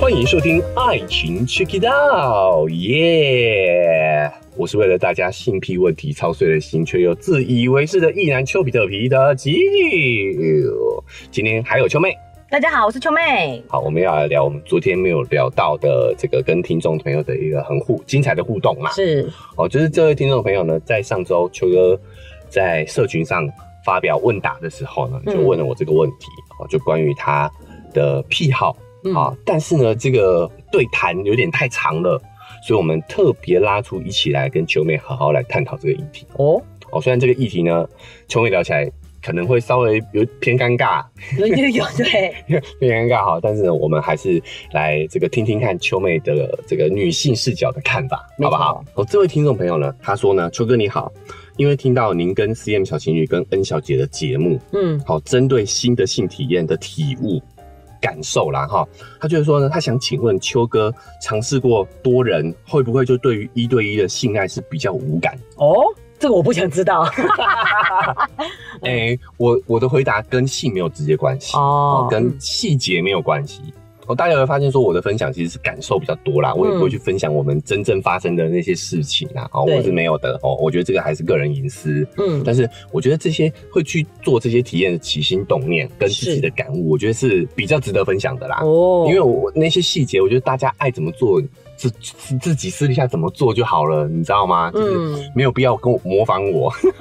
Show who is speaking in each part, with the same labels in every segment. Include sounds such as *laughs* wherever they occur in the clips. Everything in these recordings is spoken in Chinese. Speaker 1: 欢迎收听《爱情 Check It Out》，耶！我是为了大家性癖问题操碎了心，却又自以为是的意男丘比特皮的吉友。今天还有秋妹，
Speaker 2: 大家好，我是秋妹。
Speaker 1: 好，我们要来聊我们昨天没有聊到的这个跟听众朋友的一个很互精彩的互动嘛。
Speaker 2: 是，
Speaker 1: 哦，就是这位听众朋友呢，在上周秋哥在社群上发表问答的时候呢，就问了我这个问题，哦，就关于他的癖好。
Speaker 2: 嗯，
Speaker 1: 啊，但是呢，这个对谈有点太长了，所以我们特别拉出一起来跟球妹好好来探讨这个议题。
Speaker 2: 哦，
Speaker 1: 哦，虽然这个议题呢，球妹聊起来可能会稍微有偏尴尬，
Speaker 2: 有有
Speaker 1: *laughs*
Speaker 2: 有，对，
Speaker 1: 偏尴尬哈，但是呢，我们还是来这个听听看秋妹的这个女性视角的看法，
Speaker 2: 没
Speaker 1: 好
Speaker 2: 错
Speaker 1: 不好？哦，这位听众朋友呢，他说呢，秋哥你好，因为听到您跟 CM 小情侣跟 N 小姐的节目，
Speaker 2: 嗯，
Speaker 1: 好，针对新的性体验的体悟感受啦，哈，他就是说呢，他想请问秋哥，尝试过多人会不会就对于一对一的性爱是比较无感？
Speaker 2: 哦，这个我不想知道。
Speaker 1: 哎、我我的回答跟性没有直接关系，哦
Speaker 2: 哦，
Speaker 1: 跟细节没有关系。哦，大家会发现说我的分享其实是感受比较多啦，我也不会去分享我们真正发生的那些事情啦，哦，
Speaker 2: 对
Speaker 1: 我是没有的哦，我觉得这个还是个人隐私。
Speaker 2: 嗯，
Speaker 1: 但是我觉得这些会去做这些体验的起心动念跟自己的感悟，我觉得是比较值得分享的啦。
Speaker 2: 哦，
Speaker 1: 因为我那些细节，我觉得大家爱怎么做，自自自己私底下怎么做就好了，你知道吗？就是
Speaker 2: 嗯，
Speaker 1: 没有必要跟我模仿我。 *laughs*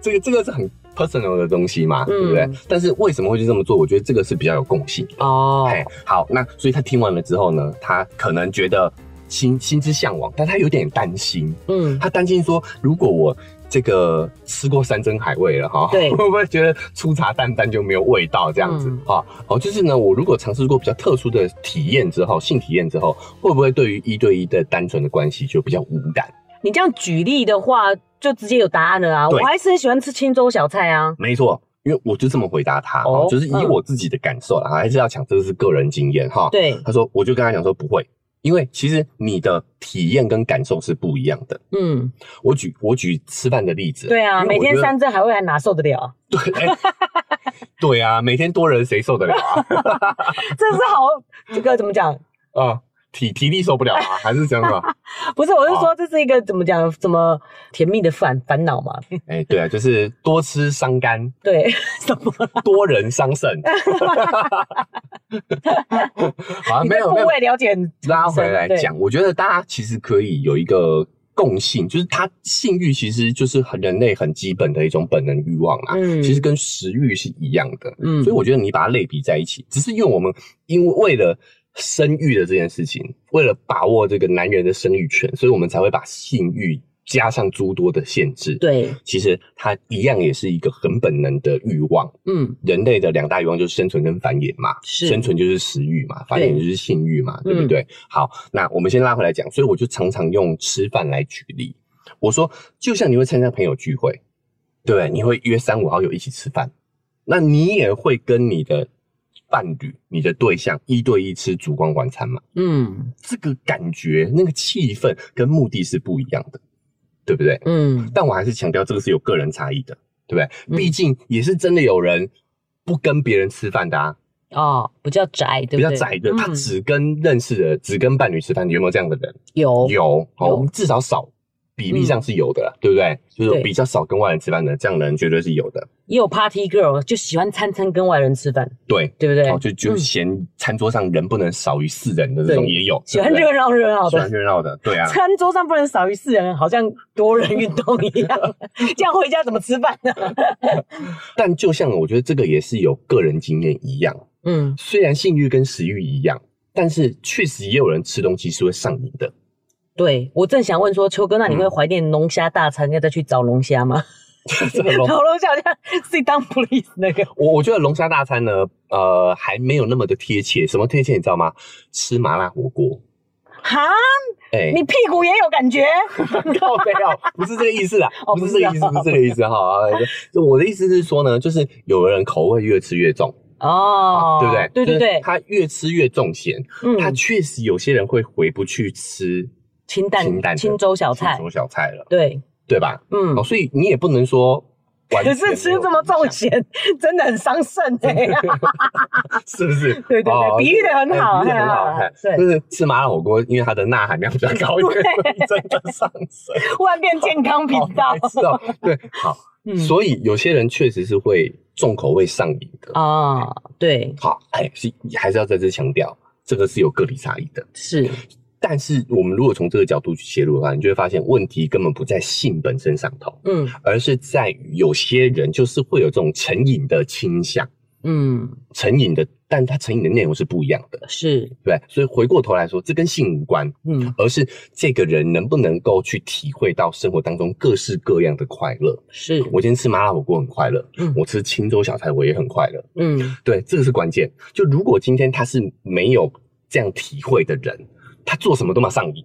Speaker 1: 这个这个是很 personal 的东西嘛，
Speaker 2: 嗯
Speaker 1: 对不对？但是为什么会去这么做？我觉得这个是比较有共性的。
Speaker 2: 哦，
Speaker 1: 哎，好，那所以他听完了之后呢，他可能觉得心心之向往，但他有点担心。
Speaker 2: 嗯，
Speaker 1: 他担心说，如果我这个吃过山珍海味了哈，*laughs*
Speaker 2: 对
Speaker 1: 会不会觉得粗茶淡饭就没有味道这样子
Speaker 2: 嗯
Speaker 1: 哈？哦，就是呢，我如果尝试过比较特殊的体验之后，性体验之后，会不会对于一对一的单纯的关系就比较无感？
Speaker 2: 你这样举例的话，就直接有答案了啊。我
Speaker 1: 对哦
Speaker 2: 还是很喜欢吃青州小菜啊。
Speaker 1: 没错。因为我就这么回答他，哦
Speaker 2: 哦、
Speaker 1: 就是以
Speaker 2: 嗯
Speaker 1: 我自己的感受啦，还是要讲这个是个人经验哈。
Speaker 2: 对，
Speaker 1: 他说，我就跟他讲说不会，因为其实你的体验跟感受是不一样的。
Speaker 2: 嗯，我
Speaker 1: 我举我举吃饭的例子，
Speaker 2: 对啊，
Speaker 1: 因为
Speaker 2: 每
Speaker 1: 我
Speaker 2: 天
Speaker 1: 觉得
Speaker 2: 三珍海味还哪受得了？ *laughs*
Speaker 1: 对，哎对啊，每天多人谁受得了啊？
Speaker 2: 这是好，这个怎么讲？
Speaker 1: 啊、体体力受不了啊，还是这样啊？
Speaker 2: 不是，我是说这是一个怎么讲？怎么甜蜜的烦烦恼嘛？
Speaker 1: 哎、对啊，就是多吃伤肝，
Speaker 2: 对，什么？
Speaker 1: 多人伤肾。好、啊，
Speaker 2: 你
Speaker 1: 没
Speaker 2: 对
Speaker 1: 有
Speaker 2: 部
Speaker 1: 没有，
Speaker 2: 位了解很
Speaker 1: 拉回来
Speaker 2: 对
Speaker 1: 讲，我觉得大家其实可以有一个共性，就是它性欲其实就是很人类很基本的一种本能欲望啦，
Speaker 2: 嗯
Speaker 1: 其实跟食欲是一样的。
Speaker 2: 嗯
Speaker 1: 所以我觉得你把它类比在一起，只是因为我们因为为了生育的这件事情，为了把握这个男人的生育权，所以我们才会把性欲加上诸多的限制。，
Speaker 2: 对，
Speaker 1: 其实它一样也是一个很本能的欲望。
Speaker 2: 嗯，
Speaker 1: 人类的两大欲望就是生存跟繁衍嘛，
Speaker 2: 是
Speaker 1: 生存就是食欲嘛，繁衍就是性欲嘛，对不对？好，那我们先拉回来讲，所以我就常常用吃饭来举例。我说，就像你会参加朋友聚会，对不对？你会约三五好友一起吃饭，那你也会跟你的伴侣、你的对象一对一吃烛光晚餐嘛？
Speaker 2: 嗯
Speaker 1: 这个感觉、那个气氛跟目的是不一样的，对不对？
Speaker 2: 嗯，
Speaker 1: 但我还是强调这个是有个人差异的，对不对？
Speaker 2: 嗯
Speaker 1: 毕竟也是真的有人不跟别人吃饭的啊，
Speaker 2: 哦，比较宅，对不对？
Speaker 1: 比较窄的，他
Speaker 2: 嗯
Speaker 1: 只跟认识的、只跟伴侣吃饭，有没有这样的人？
Speaker 2: 有
Speaker 1: 有，
Speaker 2: 有嗯
Speaker 1: 哦，至少少。比例上是有的啦，对不对？就是
Speaker 2: 对
Speaker 1: 比较少跟外人吃饭的，这样的人绝对是有的。
Speaker 2: 也有 party girl，就喜欢餐餐跟外人吃饭，
Speaker 1: 对，
Speaker 2: 对不对？
Speaker 1: 哦，就就
Speaker 2: 嗯
Speaker 1: 嫌餐桌上人不能少于四人的这种
Speaker 2: 对
Speaker 1: 也有，
Speaker 2: 喜欢
Speaker 1: 对不对
Speaker 2: 热闹热闹
Speaker 1: 喜欢
Speaker 2: 的。
Speaker 1: 热闹的，对
Speaker 2: *laughs*
Speaker 1: 啊。
Speaker 2: 餐桌上不能少于四人，好像多人运动一
Speaker 1: *laughs*
Speaker 2: 样。这样回家怎么吃饭呢？
Speaker 1: 但就像我觉得这个也是有个人经验一样，
Speaker 2: 嗯，
Speaker 1: 虽然性欲跟食欲一样，但是确实也有人吃东西是会上瘾的。 *laughs*
Speaker 2: 对我正想问说，秋哥，那你
Speaker 1: 嗯
Speaker 2: 会怀念龙虾大餐，要再去找龙虾吗？
Speaker 1: 这个龙
Speaker 2: *laughs* 找龙虾好像自己当 police
Speaker 1: *laughs*
Speaker 2: 那个
Speaker 1: 我我觉得龙虾大餐呢，呃，还没有那么的贴切。什么贴切你知道吗？吃麻辣火锅，
Speaker 2: 哈，
Speaker 1: 哎、
Speaker 2: 你屁股也有感觉？
Speaker 1: 靠背哦，不是这个意思啦，
Speaker 2: 哦
Speaker 1: 不是这个意思，
Speaker 2: 不是
Speaker 1: 不
Speaker 2: 啊
Speaker 1: 是这个意思
Speaker 2: *laughs*
Speaker 1: 哈。啊就我的意思是说呢，就是有的人口味越吃越重，啊，
Speaker 2: 哦
Speaker 1: 对不对？
Speaker 2: 对对
Speaker 1: 就是
Speaker 2: 对，
Speaker 1: 他越吃越重咸，他
Speaker 2: 嗯，
Speaker 1: 确实有些人会回不去吃
Speaker 2: 清淡
Speaker 1: 清淡的
Speaker 2: 清粥小菜
Speaker 1: 清，粥小菜了，
Speaker 2: 对，
Speaker 1: 对吧？
Speaker 2: 嗯
Speaker 1: 哦，，所以你也不能说完
Speaker 2: 可
Speaker 1: 全没有
Speaker 2: 是吃这么重咸，真的很伤
Speaker 1: *laughs*
Speaker 2: 肾哎、
Speaker 1: 是不是？
Speaker 2: 对对对
Speaker 1: 哦
Speaker 2: 比喻得很好
Speaker 1: 哎比喻得很好，
Speaker 2: 哎
Speaker 1: 哎
Speaker 2: 对
Speaker 1: 就是吃麻辣火锅，因为它的钠含量比较高一点，所以 *laughs* 真的上升。
Speaker 2: 忽然变健康频
Speaker 1: 好
Speaker 2: 道
Speaker 1: 白。痴哦，对，好，
Speaker 2: *laughs* 嗯
Speaker 1: 所以有些人确实是会重口味上瘾的。
Speaker 2: 啊、对，
Speaker 1: 好，哎，是还是要再次强调，这个是有个体差异的。
Speaker 2: 是
Speaker 1: 但是我们如果从这个角度去切入的话，你就会发现问题根本不在性本身上头，
Speaker 2: 嗯
Speaker 1: 而是在于有些人就是会有这种成瘾的倾向，
Speaker 2: 嗯
Speaker 1: 成瘾的，但他成瘾的内容是不一样的，
Speaker 2: 是
Speaker 1: 对不对。所以回过头来说，这跟性无关，
Speaker 2: 嗯
Speaker 1: 而是这个人能不能够去体会到生活当中各式各样的快乐。
Speaker 2: 是
Speaker 1: 我今天吃麻辣火锅很快乐，
Speaker 2: 嗯
Speaker 1: 我吃青州小菜我也很快乐。
Speaker 2: 嗯
Speaker 1: 对，这个是关键。就如果今天他是没有这样体会的人，他做什么都嘛上瘾，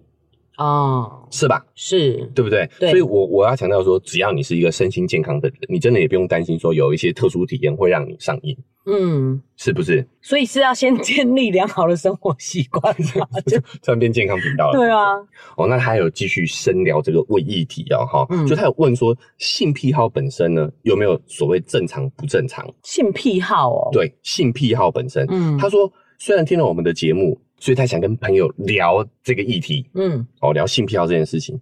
Speaker 2: 哦
Speaker 1: 是吧？
Speaker 2: 是
Speaker 1: 对不对？
Speaker 2: 对
Speaker 1: 所以我我要强调说，只要你是一个身心健康的人，你真的也不用担心说有一些特殊体验会让你上瘾，
Speaker 2: 嗯，
Speaker 1: 是不是？ *laughs*
Speaker 2: 所以是要先建立良好的生活习惯
Speaker 1: *laughs*
Speaker 2: 嘛？就
Speaker 1: 突然变健康频道了。
Speaker 2: 对啊，
Speaker 1: 哦，那他还有继续深聊这个问议题哦，哈、
Speaker 2: 嗯
Speaker 1: 就他有问说性癖好本身呢有没有所谓正常不正常？
Speaker 2: 性癖好哦，，
Speaker 1: 对，性癖好本身，
Speaker 2: 嗯
Speaker 1: 他说虽然听了我们的节目，所以他想跟朋友聊这个议题，
Speaker 2: 嗯
Speaker 1: 哦，聊性癖好这件事情，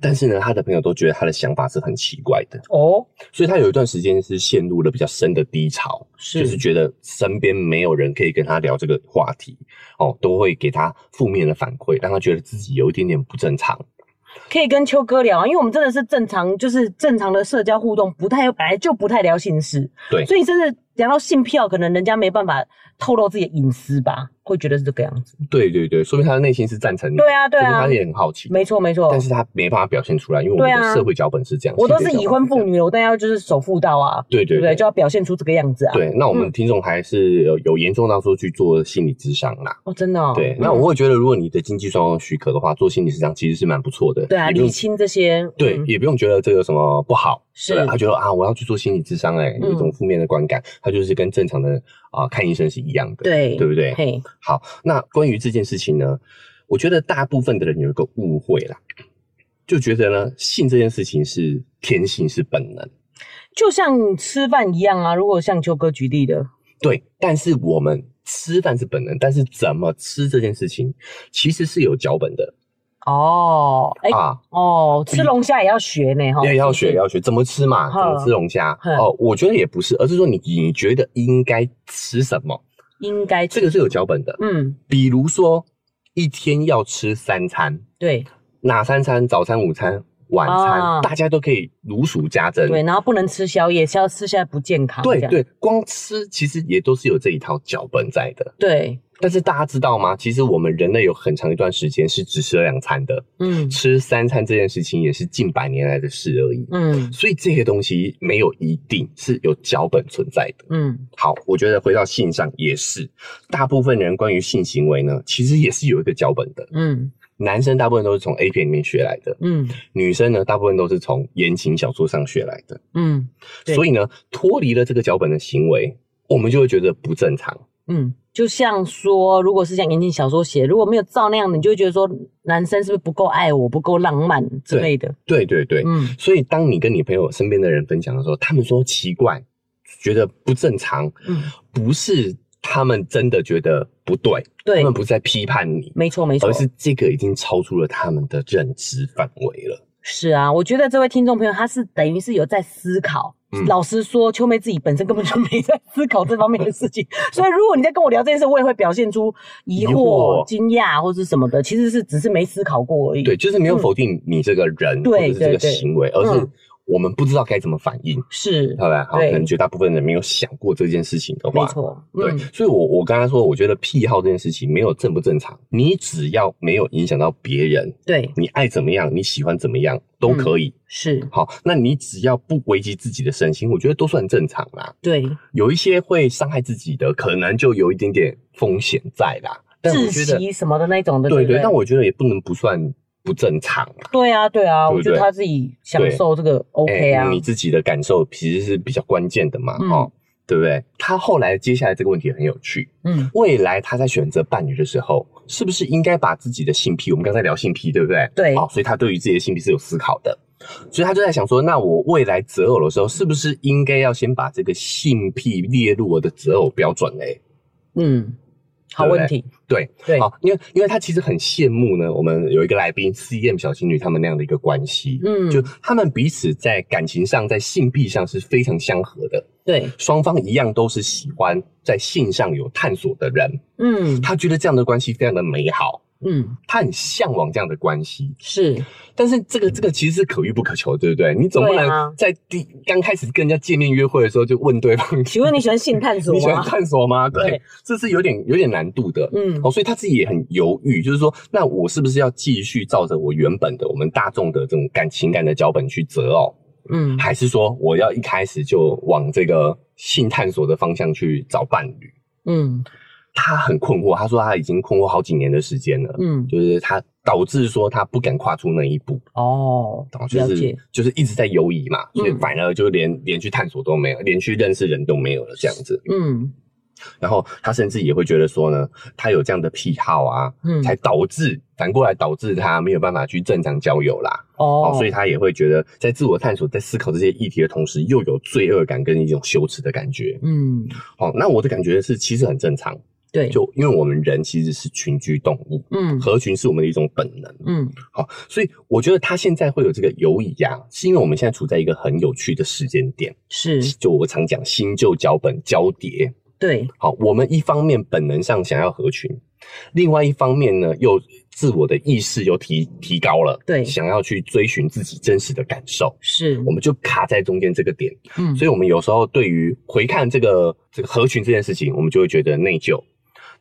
Speaker 1: 但是呢，他的朋友都觉得他的想法是很奇怪的，
Speaker 2: 哦
Speaker 1: 所以他有一段时间是陷入了比较深的低潮，
Speaker 2: 是
Speaker 1: 就是觉得身边没有人可以跟他聊这个话题，哦，都会给他负面的反馈，让他觉得自己有一点点不正常。
Speaker 2: 可以跟秋哥聊啊，因为我们真的是正常，就是正常的社交互动，不太本来就不太聊性事，
Speaker 1: 对
Speaker 2: 所以甚至聊到性癖好，可能人家没办法透露自己的隐私吧，会觉得是这个样子。
Speaker 1: 对对对，说明他的内心是赞成你，
Speaker 2: 对啊对啊
Speaker 1: 说明他也很好奇，
Speaker 2: 没错没错，
Speaker 1: 但是他没办法表现出来，因为我们
Speaker 2: 对啊
Speaker 1: 的社会脚本是这样，
Speaker 2: 我都
Speaker 1: 性别
Speaker 2: 是
Speaker 1: 脚
Speaker 2: 已
Speaker 1: 本
Speaker 2: 婚
Speaker 1: 这
Speaker 2: 妇
Speaker 1: 样。
Speaker 2: 女了，我当然要就是守妇道啊，
Speaker 1: 对对
Speaker 2: 对不对？
Speaker 1: 对
Speaker 2: 就要表现出这个样子啊。，
Speaker 1: 对，那我们听众还是有有严重到说去做心理咨商啦。
Speaker 2: 哦，真的、哦。
Speaker 1: 对
Speaker 2: 嗯，
Speaker 1: 那我会觉得，如果你的经济状况许可的话，做心理咨商其实是蛮不错的。
Speaker 2: 对啊，
Speaker 1: 也不用
Speaker 2: 理清这些。
Speaker 1: 对，
Speaker 2: 嗯
Speaker 1: 也不用觉得这有什么不好。
Speaker 2: 是嗯
Speaker 1: 对他觉得啊，我要去做心理咨商、欸，哎，有一种负面的观感，他就是跟正常的啊、看医生是一样的。，
Speaker 2: 对
Speaker 1: 对不对
Speaker 2: 嘿，
Speaker 1: 好，那关于这件事情呢，我觉得大部分的人有一个误会啦，就觉得呢，性这件事情是天性，是本能。
Speaker 2: 就像吃饭一样啊。如果像秋哥举例的，
Speaker 1: 对，但是我们吃饭是本能，但是怎么吃这件事情，其实是有脚本的、
Speaker 2: 哦，哎、
Speaker 1: 啊，
Speaker 2: 哦，吃龙虾也要学呢，哈，
Speaker 1: 要要学
Speaker 2: 是不
Speaker 1: 啊
Speaker 2: 是
Speaker 1: 要学怎么吃嘛，怎么吃龙虾
Speaker 2: 哼
Speaker 1: 哦。我觉得也不是，而是说你你觉得应该吃什么，
Speaker 2: 应该
Speaker 1: 这个是有脚本的。
Speaker 2: 嗯，
Speaker 1: 比如说一天要吃三餐，
Speaker 2: 对
Speaker 1: 哪三餐？早餐、午餐、晚餐，
Speaker 2: 啊
Speaker 1: 大家都可以如数家珍。
Speaker 2: 对，然后不能吃宵夜，宵吃下来不健康，
Speaker 1: 呃对
Speaker 2: 这样
Speaker 1: 对，光吃其实也都是有这一套脚本在的。
Speaker 2: 对，
Speaker 1: 但是大家知道吗？其实我们人类有很长一段时间是只吃两餐的，
Speaker 2: 嗯
Speaker 1: 吃三餐这件事情也是近百年来的事而已。
Speaker 2: 嗯
Speaker 1: 所以这些东西没有一定是有脚本存在的。
Speaker 2: 嗯，
Speaker 1: 好，我觉得回到性上也是，大部分人关于性行为呢，其实也是有一个脚本的。
Speaker 2: 嗯
Speaker 1: 男生大部分都是从 A 片里面学来的，
Speaker 2: 嗯
Speaker 1: 女生呢，大部分都是从言情小说上学来的。
Speaker 2: 嗯对
Speaker 1: 所以呢，脱离了这个脚本的行为，我们就会觉得不正常。
Speaker 2: 嗯，就像说，如果是像言情小说写，如果没有照那样，你就会觉得说，男生是不是不够爱我，不够浪漫之类的，
Speaker 1: 对对对，
Speaker 2: 嗯
Speaker 1: 所以当你跟你朋友身边的人分享的时候，他们说奇怪，觉得不正常，
Speaker 2: 嗯，
Speaker 1: 不是他们真的觉得不对，
Speaker 2: 对
Speaker 1: 他们，不是在批判你，
Speaker 2: 没错没错
Speaker 1: 而，是这个已经超出了他们的认知范围了。
Speaker 2: 是啊，我觉得这位听众朋友他是等于是有在思考。
Speaker 1: 嗯
Speaker 2: 老实说，秋妹自己本身根本就没在思考这方面的事情，所以如果你在跟我聊这件事，我也会表现出疑
Speaker 1: 疑
Speaker 2: 惑、
Speaker 1: 惑
Speaker 2: 惊讶或是什么的，其实是只是没思考过而已。
Speaker 1: 对，，就是没有否定你这个人、
Speaker 2: 嗯对
Speaker 1: 或者是这
Speaker 2: 对
Speaker 1: 个
Speaker 2: 对
Speaker 1: 行为，而是
Speaker 2: 嗯
Speaker 1: 我们不知道该怎么反应。
Speaker 2: 是
Speaker 1: 好吧，好，
Speaker 2: 对
Speaker 1: 可能绝大部分人没有想过这件事情的
Speaker 2: 没
Speaker 1: 话，
Speaker 2: 错，
Speaker 1: 对，
Speaker 2: 嗯，
Speaker 1: 所以我我刚才说，我觉得癖好这件事情没有正不正常，你只要没有影响到别人，
Speaker 2: 对，
Speaker 1: 你爱怎么样，你喜欢怎么样都可以。
Speaker 2: 是，
Speaker 1: 好，那你只要不危及自己的身心，我觉得都算正常啦。
Speaker 2: 对，
Speaker 1: 有一些会伤害自己的，可能就有一点点风险在啦。但我
Speaker 2: 窒
Speaker 1: 觉得，
Speaker 2: 息什么的那种的，
Speaker 1: 对
Speaker 2: 不
Speaker 1: 对，但我觉得也不能不算不正常啦。
Speaker 2: 对啊，对啊，
Speaker 1: 对
Speaker 2: 我
Speaker 1: 不
Speaker 2: 觉得
Speaker 1: 对
Speaker 2: 他自己享
Speaker 1: 对
Speaker 2: 受这个 OK
Speaker 1: 哎
Speaker 2: 啊，
Speaker 1: 你自己的感受其实是比较关键的嘛，
Speaker 2: 嗯
Speaker 1: 哦，对不对？他后来接下来这个问题很有趣，
Speaker 2: 嗯，
Speaker 1: 未来他在选择伴侣的时候，是不是应该把自己的性癖，我们刚才聊性癖，对不对？
Speaker 2: 对
Speaker 1: 哦，所以他对于自己的性癖是有思考的。所以他就在想说，那我未来择偶的时候，是不是应该要先把这个性癖列入我的择偶标准嘞？
Speaker 2: 嗯，好
Speaker 1: 对不
Speaker 2: 问题，
Speaker 1: 对，
Speaker 2: 对，
Speaker 1: 好，因为因为他其实很羡慕呢，我们有一个来宾 C M 小情侣他们那样的一个关系，
Speaker 2: 嗯，
Speaker 1: 就他们彼此在感情上、在性癖上是非常相合的，
Speaker 2: 对，
Speaker 1: 双方一样都是喜欢在性上有探索的人，
Speaker 2: 嗯
Speaker 1: 他觉得这样的关系非常的美好，
Speaker 2: 嗯，
Speaker 1: 他很向往这样的关系。
Speaker 2: 是
Speaker 1: 但是这个这个其实是可遇不可求，对不对？你总不
Speaker 2: 对啊
Speaker 1: 能在第刚开始跟人家见面约会的时候就问对方，
Speaker 2: 请问你喜欢性探
Speaker 1: *laughs*
Speaker 2: 索
Speaker 1: 你喜欢
Speaker 2: 吗？
Speaker 1: 探索吗？对，
Speaker 2: 对
Speaker 1: 这是有点有点难度的。
Speaker 2: 嗯
Speaker 1: 哦，所以他自己也很犹豫，就是说，那我是不是要继续照着我原本的我们大众的这种感情感的脚本去择偶，
Speaker 2: 嗯，
Speaker 1: 还是说我要一开始就往这个性探索的方向去找伴侣？
Speaker 2: 嗯
Speaker 1: 他很困惑，他说他已经困惑好几年的时间了，
Speaker 2: 嗯，
Speaker 1: 就是他导致说他不敢跨出那一步。
Speaker 2: 哦，
Speaker 1: 哦就
Speaker 2: 了
Speaker 1: 是
Speaker 2: 解，
Speaker 1: 就是一直在游移嘛，所以
Speaker 2: 嗯
Speaker 1: 反而就连连去探索都没有，连去认识人都没有了这样子。
Speaker 2: 嗯
Speaker 1: 然后他甚至也会觉得说呢，他有这样的癖好啊，
Speaker 2: 嗯，
Speaker 1: 才导致反过来导致他没有办法去正常交友啦。
Speaker 2: 哦
Speaker 1: 哦，，所以他也会觉得在自我探索、在思考这些议题的同时，又有罪恶感跟一种羞耻的感觉。
Speaker 2: 嗯，
Speaker 1: 哦，那我的感觉是，其实很正常，
Speaker 2: 对，
Speaker 1: 就因为我们人其实是群居动物，
Speaker 2: 嗯
Speaker 1: 合群是我们的一种本能。
Speaker 2: 嗯
Speaker 1: 好，所以我觉得他现在会有这个犹疑呀，是因为我们现在处在一个很有趣的时间点，
Speaker 2: 是
Speaker 1: 就我常讲新旧脚本交叠。
Speaker 2: 对，
Speaker 1: 好，我们一方面本能上想要合群，另外一方面呢，又自我的意识又提提高了，
Speaker 2: 对
Speaker 1: 想要去追寻自己真实的感受，
Speaker 2: 是
Speaker 1: 我，们就卡在中间这个点。
Speaker 2: 嗯，
Speaker 1: 所以，我们有时候对于回看这个这个合群这件事情，我们就会觉得内疚。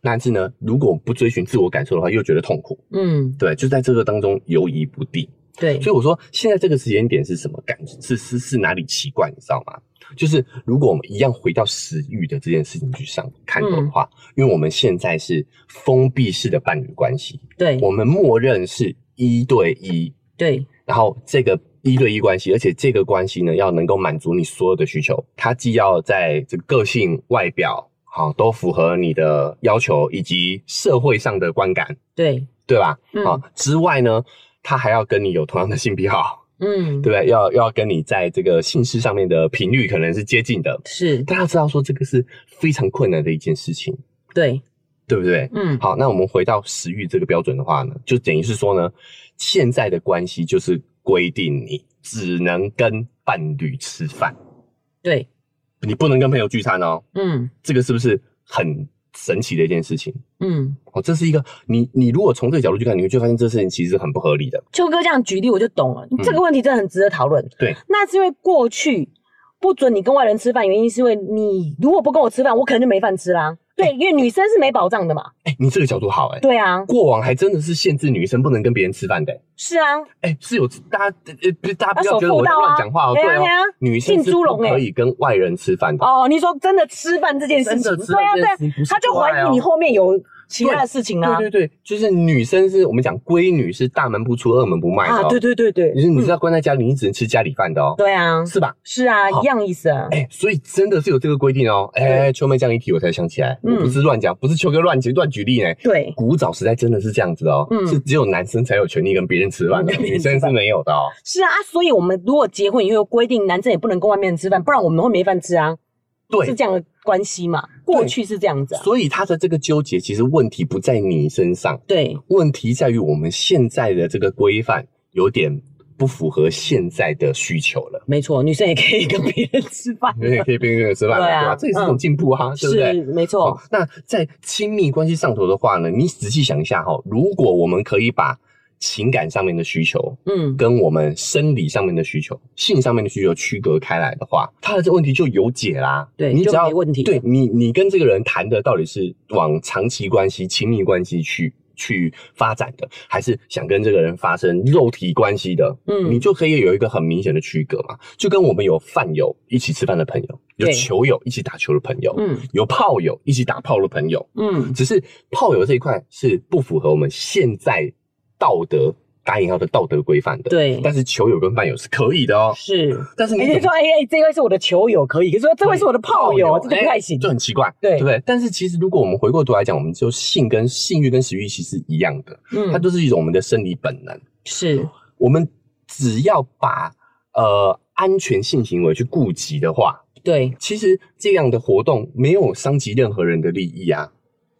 Speaker 1: 但是呢，如果不追寻自我感受的话，又觉得痛苦。
Speaker 2: 嗯
Speaker 1: 对，就在这个当中犹疑不定。
Speaker 2: 对，
Speaker 1: 所以我说，现在这个时间点是什么感？是是是哪里奇怪？你知道吗？就是如果我们一样回到食欲的这件事情去上看的话，因为我们现在是封闭式的伴侣关系，
Speaker 2: 对
Speaker 1: 我们默认是一对一，
Speaker 2: 对
Speaker 1: 然后这个一对一关系，而且这个关系呢要能够满足你所有的需求，它既要在这个个性、外表好都符合你的要求，以及社会上的观感，
Speaker 2: 对，
Speaker 1: 对吧？
Speaker 2: 嗯
Speaker 1: 啊，之外呢，他还要跟你有同样的性癖好，
Speaker 2: 嗯
Speaker 1: 对不对？要要跟你在这个性事上面的频率可能是接近的。
Speaker 2: 是，
Speaker 1: 大家知道说这个是非常困难的一件事情，
Speaker 2: 对，
Speaker 1: 对不对？
Speaker 2: 嗯
Speaker 1: 好，那我们回到食欲这个标准的话呢，就等于是说呢，现在的关系就是规定你只能跟伴侣吃饭，
Speaker 2: 对，
Speaker 1: 你不能跟朋友聚餐哦。
Speaker 2: 嗯
Speaker 1: 这个是不是很神奇的一件事情？
Speaker 2: 嗯，
Speaker 1: 哦，这是一个你你如果从这个角度去看，你会就发现这事情其实很不合理的。
Speaker 2: 秋哥这样举例我就懂了，这个问题真的很值得讨论。
Speaker 1: 嗯对，
Speaker 2: 那是因为过去不准你跟外人吃饭，原因是因为你如果不跟我吃饭，我可能就没饭吃啦。对，因为女生是没保障的嘛。
Speaker 1: 哎、你这个角度好哎、
Speaker 2: 对啊，
Speaker 1: 过往还真的是限制女生不能跟别人吃饭的、
Speaker 2: 是啊，
Speaker 1: 哎、是有大家呃不是大家不
Speaker 2: 要
Speaker 1: 要
Speaker 2: 守
Speaker 1: 觉得我
Speaker 2: 妇
Speaker 1: 在
Speaker 2: 道
Speaker 1: 乱
Speaker 2: 啊
Speaker 1: 讲话哦，
Speaker 2: 对啊
Speaker 1: 对哦
Speaker 2: 对啊，
Speaker 1: 女生
Speaker 2: 进
Speaker 1: 是
Speaker 2: 猪
Speaker 1: 不
Speaker 2: 笼哎
Speaker 1: 可以跟外人吃饭的，
Speaker 2: 哦，你说真的吃饭这件事
Speaker 1: 真
Speaker 2: 情，
Speaker 1: 的吃
Speaker 2: 对啊
Speaker 1: 饭这
Speaker 2: 对
Speaker 1: 件
Speaker 2: 啊
Speaker 1: 事，情不是
Speaker 2: 他就
Speaker 1: 做爱
Speaker 2: 怀疑你
Speaker 1: 哦
Speaker 2: 后面有其他的事情啊。
Speaker 1: 对对对，就是女生是我们讲闺女是大门不出二门不迈的、哦，
Speaker 2: 啊，对对对对，
Speaker 1: 你是你是
Speaker 2: 嗯
Speaker 1: 要关在家里，你只能吃家里饭的哦，
Speaker 2: 对啊，
Speaker 1: 是吧？
Speaker 2: 是啊，
Speaker 1: 好
Speaker 2: 一样意思啊。
Speaker 1: 哎、所以真的是有这个规定哦。哎、秋妹这样一提，我才想起来，
Speaker 2: 嗯
Speaker 1: 我不是乱讲，不是秋哥乱举乱举例呢。
Speaker 2: 对，
Speaker 1: 古早时代真的是这样子哦，
Speaker 2: 嗯
Speaker 1: 是只有男生才有权利跟别人吃饭的， *laughs*
Speaker 2: 跟别
Speaker 1: 女
Speaker 2: 人吃
Speaker 1: 生是
Speaker 2: 饭
Speaker 1: 没有的哦。
Speaker 2: 是啊，啊所以我们如果结婚以后规定男生也不能跟外面吃饭，不然我们会没饭吃啊，
Speaker 1: 对
Speaker 2: 是，这样的关系嘛？过去是这样子啊，
Speaker 1: 所以他的这个纠结，其实问题不在你身上，
Speaker 2: 对，
Speaker 1: 问题在于我们现在的这个规范有点不符合现在的需求了。
Speaker 2: 没错，女生也可以跟别人吃饭，
Speaker 1: *laughs* 你也可以边缘吃饭，
Speaker 2: 对啊
Speaker 1: 对吧？这也是一种
Speaker 2: 嗯
Speaker 1: 进步啊，对不
Speaker 2: 是
Speaker 1: 对？
Speaker 2: 没错
Speaker 1: 好，，那在亲密关系上头的话呢，你仔细想一下哈、如果我们可以把情感上面的需求
Speaker 2: 嗯，
Speaker 1: 跟我们生理上面的需求、性上面的需求区隔开来的话，他的这问题就有解啦。
Speaker 2: 对
Speaker 1: 你只要
Speaker 2: 就没问题
Speaker 1: 对你，你跟这个人谈的到底是往长期关系、亲密关系去去发展的，还是想跟这个人发生肉体关系的？
Speaker 2: 嗯
Speaker 1: 你就可以有一个很明显的区隔嘛。就跟我们有饭友一起吃饭的朋友，有
Speaker 2: 对
Speaker 1: 球友一起打球的朋友，
Speaker 2: 嗯
Speaker 1: 有炮友一起打炮的朋友，
Speaker 2: 嗯，
Speaker 1: 只是炮友这一块是不符合我们现在道德打引号的道德规范的。
Speaker 2: 对
Speaker 1: 但是球友跟饭友是可以的哦。
Speaker 2: 是。
Speaker 1: 但是
Speaker 2: 哎
Speaker 1: 你
Speaker 2: 你
Speaker 1: 怎
Speaker 2: 说
Speaker 1: 么
Speaker 2: 哎哎，这位是我的球友，可以；可是说这位是我的炮友，啊这就不太行
Speaker 1: 哎。就很奇怪，
Speaker 2: 对
Speaker 1: 对不对？但是其实如果我们回过头来讲，我们就性跟性欲跟食欲其实一样的，它
Speaker 2: 嗯，
Speaker 1: 都是一种我们的生理本能。
Speaker 2: 是
Speaker 1: 我们只要把呃安全性行为去顾及的话，
Speaker 2: 对，
Speaker 1: 其实这样的活动没有伤及任何人的利益啊。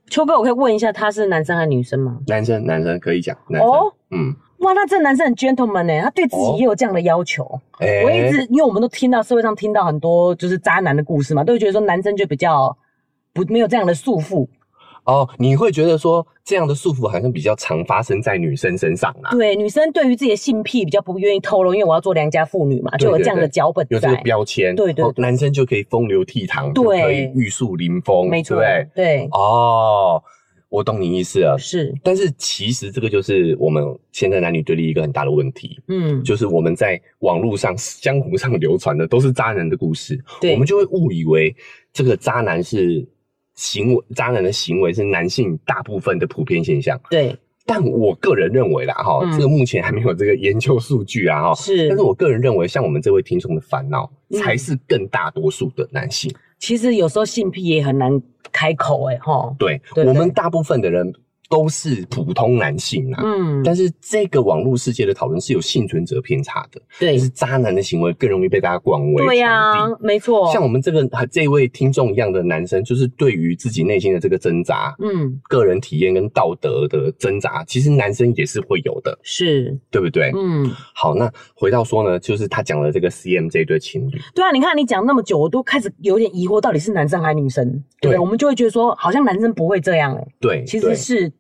Speaker 2: 秋哥，我可以问一下他是男生还是女生吗？
Speaker 1: 男生，男生可以讲，男生，
Speaker 2: 哦
Speaker 1: 嗯，
Speaker 2: 哇，那这男生很 gentleman 呢、他对自己也有这样的要求。
Speaker 1: 哎
Speaker 2: 我一直因为我们都听到社会上听到很多就是渣男的故事嘛，都会觉得说男生就比较不没有这样的束缚。
Speaker 1: 哦，你会觉得说这样的束缚好像比较常发生在女生身上啊，
Speaker 2: 对，女生对于自己的性癖比较不愿意透露，因为我要做良家妇女嘛，
Speaker 1: 对
Speaker 2: 就有这样
Speaker 1: 对
Speaker 2: 的脚本
Speaker 1: 有这个
Speaker 2: 在。
Speaker 1: 标签，
Speaker 2: 对对
Speaker 1: 哦男生就可以风流倜傥，就
Speaker 2: 对
Speaker 1: 可以玉树临风，
Speaker 2: 没
Speaker 1: 对
Speaker 2: 错
Speaker 1: 不对，
Speaker 2: 对，
Speaker 1: 哦，我懂你意思了。
Speaker 2: 是，
Speaker 1: 但是其实这个就是我们现在男女对立一个很大的问题，
Speaker 2: 嗯，
Speaker 1: 就是我们在网络上、江湖上流传的都是渣男的故事，
Speaker 2: 对
Speaker 1: 我们就会误以为这个渣男是行为，渣男的行为是男性大部分的普遍现象。
Speaker 2: 对，
Speaker 1: 但我个人认为啦，哈、
Speaker 2: 嗯
Speaker 1: 这个目前还没有这个研究数据啊，哈。
Speaker 2: 是。
Speaker 1: 但是我个人认为，像我们这位听众的烦恼，
Speaker 2: 嗯
Speaker 1: 才是更大多数的男性。
Speaker 2: 其实有时候性癖也很难开口、哎，哈，
Speaker 1: 对
Speaker 2: 对
Speaker 1: 我
Speaker 2: 对
Speaker 1: 们大部分的人都是普通男性啊。
Speaker 2: 嗯，
Speaker 1: 但是这个网络世界的讨论是有幸存者偏差的，
Speaker 2: 对
Speaker 1: 就是，渣男的行为更容易被大家广为
Speaker 2: 对呀、
Speaker 1: 传递
Speaker 2: 没错，
Speaker 1: 像我们这个啊这位听众一样的男生，就是对于自己内心的这个挣扎、
Speaker 2: 嗯，
Speaker 1: 个人体验跟道德的挣扎，其实男生也是会有的，
Speaker 2: 是，
Speaker 1: 对不对？
Speaker 2: 嗯，
Speaker 1: 好，那回到说呢，就是他讲了这个 CM 这对情侣，
Speaker 2: 对啊，你看你讲那么久，我都开始有点疑惑，到底是男生还是女生？对不
Speaker 1: 对
Speaker 2: 对，我们就会觉得说，好像男生不会这样、哎，
Speaker 1: 对，
Speaker 2: 其
Speaker 1: 对
Speaker 2: 实是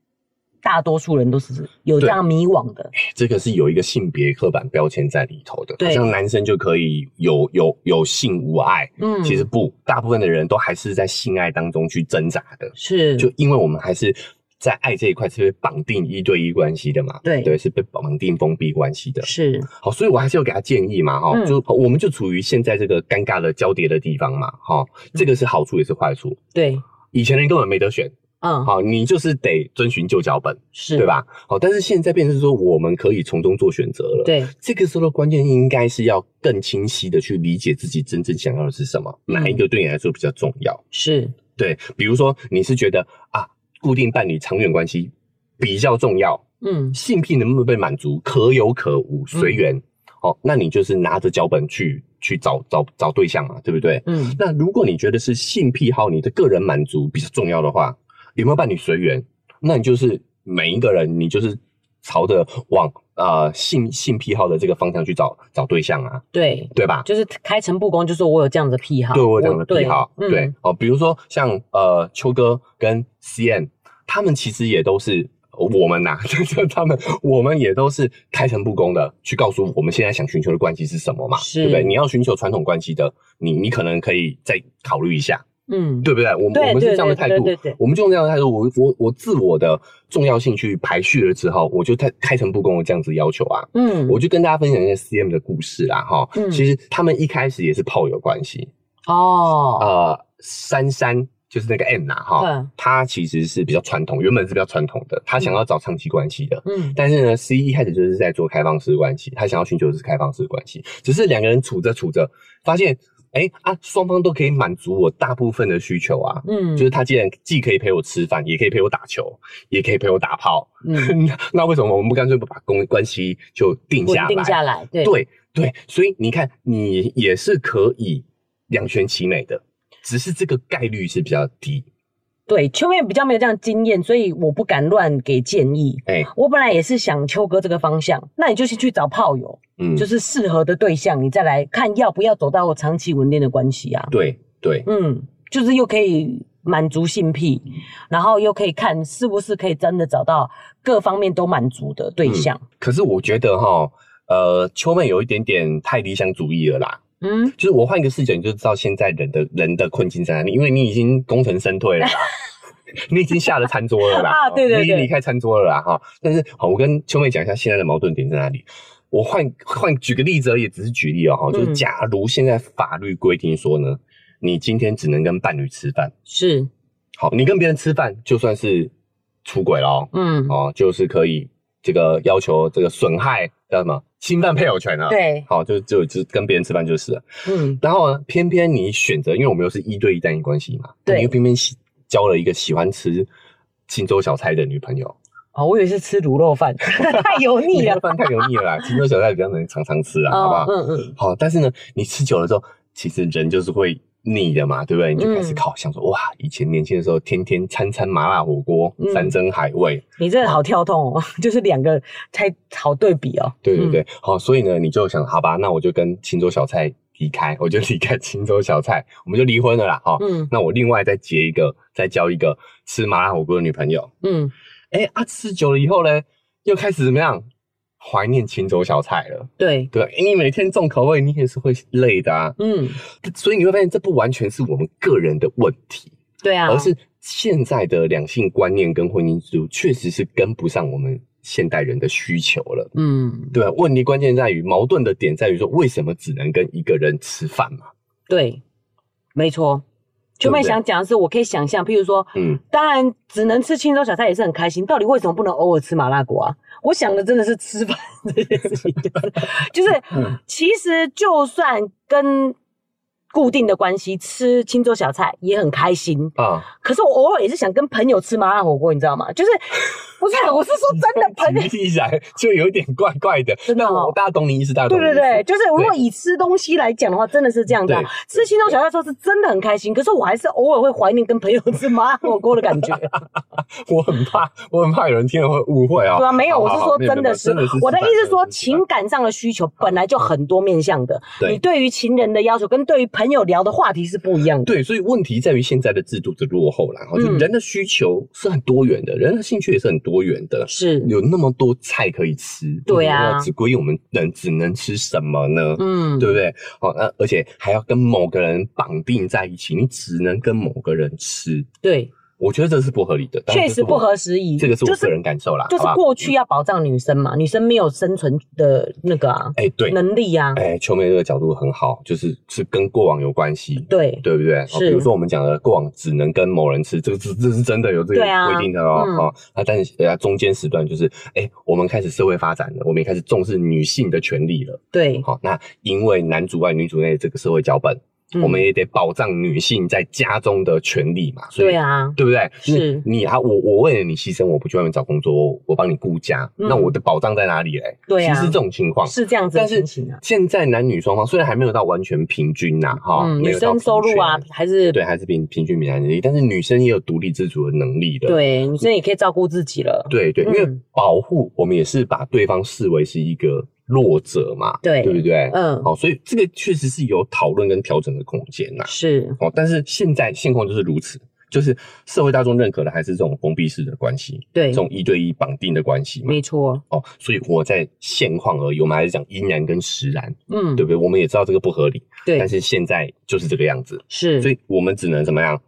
Speaker 2: 大多数人都是有这
Speaker 1: 对
Speaker 2: 样迷惘的，
Speaker 1: 这个是有一个性别刻板标签在里头的，
Speaker 2: 对
Speaker 1: 好像男生就可以有有有性无爱，
Speaker 2: 嗯，
Speaker 1: 其实不，大部分的人都还是在性爱当中去挣扎的，
Speaker 2: 是，
Speaker 1: 就因为我们还是在爱这一块是被绑定一对一关系的嘛，
Speaker 2: 对
Speaker 1: 对，是被绑定封闭关系的。
Speaker 2: 是，
Speaker 1: 好，所以我还是有给他建议嘛，哈、
Speaker 2: 嗯
Speaker 1: 就我们就处于现在这个尴尬的交叠的地方嘛，哈、
Speaker 2: 嗯
Speaker 1: 这个是好处也是坏处。
Speaker 2: 对，
Speaker 1: 以前人根本没得选，
Speaker 2: 嗯，
Speaker 1: 好，你就是得遵循旧脚本，
Speaker 2: 是，
Speaker 1: 对？吧？好，但是现在变成是说我们可以从中做选择了。，
Speaker 2: 对，
Speaker 1: 这个时候的关键应该是要更清晰的去理解自己真正想要的是什么，哪一个对你来说比较重要？
Speaker 2: 是，
Speaker 1: 对，比如说你是觉得啊，固定伴侣长远关系比较重要，
Speaker 2: 嗯，
Speaker 1: 性癖能不能被满足，可有可无，随缘。哦，那你就是拿着脚本去去找找找对象嘛，对不对？
Speaker 2: 嗯，
Speaker 1: 那如果你觉得是性癖好，你的个人满足比较重要的话，有没有伴侣随缘？那你就是每一个人，你就是朝着往呃性性癖好的这个方向去找找对象啊，
Speaker 2: 对，
Speaker 1: 对吧？
Speaker 2: 就是开诚布公，就说我有这样的癖好，
Speaker 1: 对我有这样的癖好，
Speaker 2: 啊对，
Speaker 1: 对
Speaker 2: 嗯，
Speaker 1: 哦，比如说像呃秋哥跟 CN，他们其实也都是呃我们呐、 *laughs* 就是他们我们也都是开诚布公的去告诉我们现在想寻求的关系是什么嘛，
Speaker 2: 是
Speaker 1: 对不对？你要寻求传统关系的，你你可能可以再考虑一下，
Speaker 2: 嗯，
Speaker 1: 对不对？我们
Speaker 2: 对
Speaker 1: 我们是这
Speaker 2: 对
Speaker 1: 样的
Speaker 2: 对
Speaker 1: 态
Speaker 2: 对
Speaker 1: 度
Speaker 2: 对对，
Speaker 1: 我们就用这样的态度，我我我自我的重要性去排序了之后，我就开开诚布公的这样子要求啊，
Speaker 2: 嗯，
Speaker 1: 我就跟大家分享一下 CM 的故事啦，哈，
Speaker 2: 嗯
Speaker 1: 其实他们一开始也是炮友关系，
Speaker 2: 哦，
Speaker 1: 呃，珊珊就是那个 M 呐、哈，
Speaker 2: 对，
Speaker 1: 她其实是比较传统，原本是比较传统的，她想要找长期关系的。
Speaker 2: 嗯，
Speaker 1: 但是呢，C 一开始就是在做开放式关系，她想要寻求的是开放式关系，只是两个人处着处着，发现，哎、啊，双方都可以满足我大部分的需求啊，
Speaker 2: 嗯，
Speaker 1: 就是他既然既可以陪我吃饭，也可以陪我打球，也可以陪我打炮，
Speaker 2: 嗯，
Speaker 1: *laughs* 那为什么我们不干脆不把公关系就定
Speaker 2: 稳
Speaker 1: 下来？
Speaker 2: 定下来，对，
Speaker 1: 对对，所以你看，你也是可以两全其美的，只是这个概率是比较低。
Speaker 2: 对，秋妹比较没有这样经验，所以我不敢乱给建议。
Speaker 1: 哎、
Speaker 2: 我本来也是想秋哥这个方向，那你就先去找炮友，
Speaker 1: 嗯，
Speaker 2: 就是适合的对象，你再来看要不要走到长期稳定的关系啊。
Speaker 1: 对对
Speaker 2: 嗯，就是又可以满足性癖，然后又可以看是不是可以真的找到各方面都满足的对象。
Speaker 1: 可是我觉得哈，呃，秋妹有一点点太理想主义了啦。
Speaker 2: 嗯，
Speaker 1: 就是我换一个视角，你就知道现在人的人的困境在哪里，因为你已经功成身退
Speaker 2: *laughs*
Speaker 1: 了啦。你已经下了餐桌了啦，哦
Speaker 2: 啊对对
Speaker 1: 你已
Speaker 2: 对
Speaker 1: 经离开餐桌了啦哈。但是好，我跟秋妹讲一下现在的矛盾点在哪里。我换换举个例子而已，只是举例哦、哈，就是
Speaker 2: 嗯
Speaker 1: 假如现在法律规定说呢，你今天只能跟伴侣吃饭，
Speaker 2: 是，
Speaker 1: 好，你跟别人吃饭就算是出轨咯，
Speaker 2: 嗯，
Speaker 1: 哦，就是可以这个要求这个损害叫什么侵犯配偶权啊，，
Speaker 2: 对，
Speaker 1: 好，就就就跟别人吃饭就是了。
Speaker 2: 嗯，
Speaker 1: 然后呢，偏偏你选择，因为我们又是一对一单一关系嘛，
Speaker 2: 对
Speaker 1: 你又偏偏喜交了一个喜欢吃荆州小菜的女朋友，
Speaker 2: 哦，我以为是吃卤肉饭， *laughs* 太油腻
Speaker 1: 卤
Speaker 2: 了 *laughs*
Speaker 1: 肉。饭太油腻了啦，青州小菜比较能常常吃啊，好不好？
Speaker 2: 嗯嗯，
Speaker 1: 好，但是呢，你吃久了之后，其实人就是会腻的嘛，对不对？你就开始
Speaker 2: 嗯
Speaker 1: 烤，想说哇，以前年轻的时候，天天餐餐麻辣火锅、
Speaker 2: 嗯
Speaker 1: 山珍海味，
Speaker 2: 你这个好跳痛哦， *laughs* 就是两个才好对比哦。
Speaker 1: 对对对。好，所以呢，你就想，好吧，那我就跟青州小菜离开，我就离开青州小菜，我们就离婚了啦，哈、
Speaker 2: 嗯
Speaker 1: 那我另外再结一个，再交一个吃麻辣火锅的女朋友。
Speaker 2: 嗯，
Speaker 1: 哎、啊，吃久了以后呢，又开始怎么样？怀念青州小菜了，
Speaker 2: 对，
Speaker 1: 对吧、诶你每天重口味，你也是会累的啊。
Speaker 2: 嗯
Speaker 1: 所以你会发现，这不完全是我们个人的问题，
Speaker 2: 对啊
Speaker 1: 而，是现在的两性观念跟婚姻制度确实是跟不上我们现代人的需求了。
Speaker 2: 嗯
Speaker 1: 对吧，问题关键在于矛盾的点在于说，为什么只能跟一个人吃饭嘛？
Speaker 2: 对，没错。
Speaker 1: 对
Speaker 2: 秋
Speaker 1: 不对
Speaker 2: 妹想讲的是，我可以想象，譬如说，
Speaker 1: 嗯，
Speaker 2: 当然只能吃青州小菜也是很开心，到底为什么不能偶尔吃麻辣锅啊？我想的真的是吃饭这件事情，就是 *laughs* 就是
Speaker 1: 嗯
Speaker 2: 其实就算跟固定的关系吃青州小菜也很开心，
Speaker 1: 啊，
Speaker 2: 可是我偶尔也是想跟朋友吃麻辣火锅，你知道吗？就是不是我是说 *laughs* 真
Speaker 1: *laughs*
Speaker 2: 的朋友，
Speaker 1: 听起来就有点怪怪的。
Speaker 2: 真的
Speaker 1: 那
Speaker 2: 哦
Speaker 1: 我大家懂你意思，大家懂
Speaker 2: 对
Speaker 1: 你意
Speaker 2: 对
Speaker 1: 思。
Speaker 2: 对，就是如果
Speaker 1: 对
Speaker 2: 以吃东西来讲的话，真的是这样子啊
Speaker 1: 对。
Speaker 2: 吃青州小菜的时候是真的很开心，可是我还是偶尔会怀念跟朋友吃麻辣火锅的感觉。
Speaker 1: 我很怕，我很怕有人听了会误会啊、
Speaker 2: 对啊，没有，
Speaker 1: 好
Speaker 2: 我是
Speaker 1: 好好
Speaker 2: 说
Speaker 1: 没有
Speaker 2: 真
Speaker 1: 没有
Speaker 2: 的是
Speaker 1: 真的是，
Speaker 2: 我
Speaker 1: 吃
Speaker 2: 的意
Speaker 1: 饭
Speaker 2: 思是说，
Speaker 1: 真的是吃
Speaker 2: 情感上的需求本来就很多面向的，
Speaker 1: 对
Speaker 2: 你对于情人的要求跟对于朋友聊的话题是不一样的。
Speaker 1: 对，所以问题在于现在的制度的落后啦，然后就
Speaker 2: 嗯
Speaker 1: 人的需求是很多元的，人的兴趣也是很多元的，
Speaker 2: 是，
Speaker 1: 有那么多菜可以吃，
Speaker 2: 对啊
Speaker 1: 我们要只规定我们人只能吃什么呢？
Speaker 2: 嗯，
Speaker 1: 对不对？好、那而且还要跟某个人绑定在一起，你只能跟某个人吃，
Speaker 2: 对，
Speaker 1: 我觉得这是不合理的，当然
Speaker 2: 确
Speaker 1: 这是
Speaker 2: 实
Speaker 1: 我
Speaker 2: 不合时宜。
Speaker 1: 这个是
Speaker 2: 就
Speaker 1: 我
Speaker 2: 是
Speaker 1: 个人感受啦，
Speaker 2: 就是
Speaker 1: 好不好
Speaker 2: 过去要保障女生嘛，女生没有生存的那个啊
Speaker 1: 哎，对，
Speaker 2: 能力啊，
Speaker 1: 哎，秋妹这个角度很好，就是是跟过往有关系，
Speaker 2: 对，
Speaker 1: 对不对？哦
Speaker 2: 是
Speaker 1: 比如说我们讲的过往只能跟某人吃，这个是这是真的有这个
Speaker 2: 对啊
Speaker 1: 规定的哦。
Speaker 2: 嗯
Speaker 1: 哦，那但是呃中间时段就是，哎，我们开始社会发展了，我们也开始重视女性的权利了。
Speaker 2: 对，
Speaker 1: 好、那因为男主外女主内这个社会脚本，
Speaker 2: 嗯
Speaker 1: 我们也得保障女性在家中的权利嘛。所以
Speaker 2: 对。啊，
Speaker 1: 对不对？
Speaker 2: 是
Speaker 1: 你啊，我我为了你牺牲，我不去外面找工作，我我帮你顾家，
Speaker 2: 嗯
Speaker 1: 那我的保障在哪里嘞？
Speaker 2: 对啊
Speaker 1: 其实这种情况
Speaker 2: 是这样子的
Speaker 1: 但是
Speaker 2: 情形啊。
Speaker 1: 现在男女双方虽然还没有到完全平均呐、哈、哦
Speaker 2: 嗯，
Speaker 1: 没
Speaker 2: 女
Speaker 1: 有到
Speaker 2: 生收入啊
Speaker 1: 平，
Speaker 2: 还是
Speaker 1: 均对，还是平平均比男人，但是女生也有独立自主的能力的。
Speaker 2: 对女生也可以照顾自己了。
Speaker 1: 对对，因
Speaker 2: 嗯
Speaker 1: 为保护我们也是把对方视为是一个弱者嘛，
Speaker 2: 对
Speaker 1: 对不对？
Speaker 2: 嗯，
Speaker 1: 好、所以这个确实是有讨论跟调整的空间呐、
Speaker 2: 是，
Speaker 1: 哦，但是现在现况就是如此，就是社会大众认可的还是这种封闭式的关系，
Speaker 2: 对
Speaker 1: 这，种一对一绑定的关系嘛
Speaker 2: 没。错，
Speaker 1: 哦，所以我在现况而已，我们还是讲阴然跟实然，
Speaker 2: 嗯，
Speaker 1: 对不对？我们也知道这个不合理，但
Speaker 2: 对，
Speaker 1: 是现在就是这个样子，
Speaker 2: 是，
Speaker 1: 所以我们只能怎么样？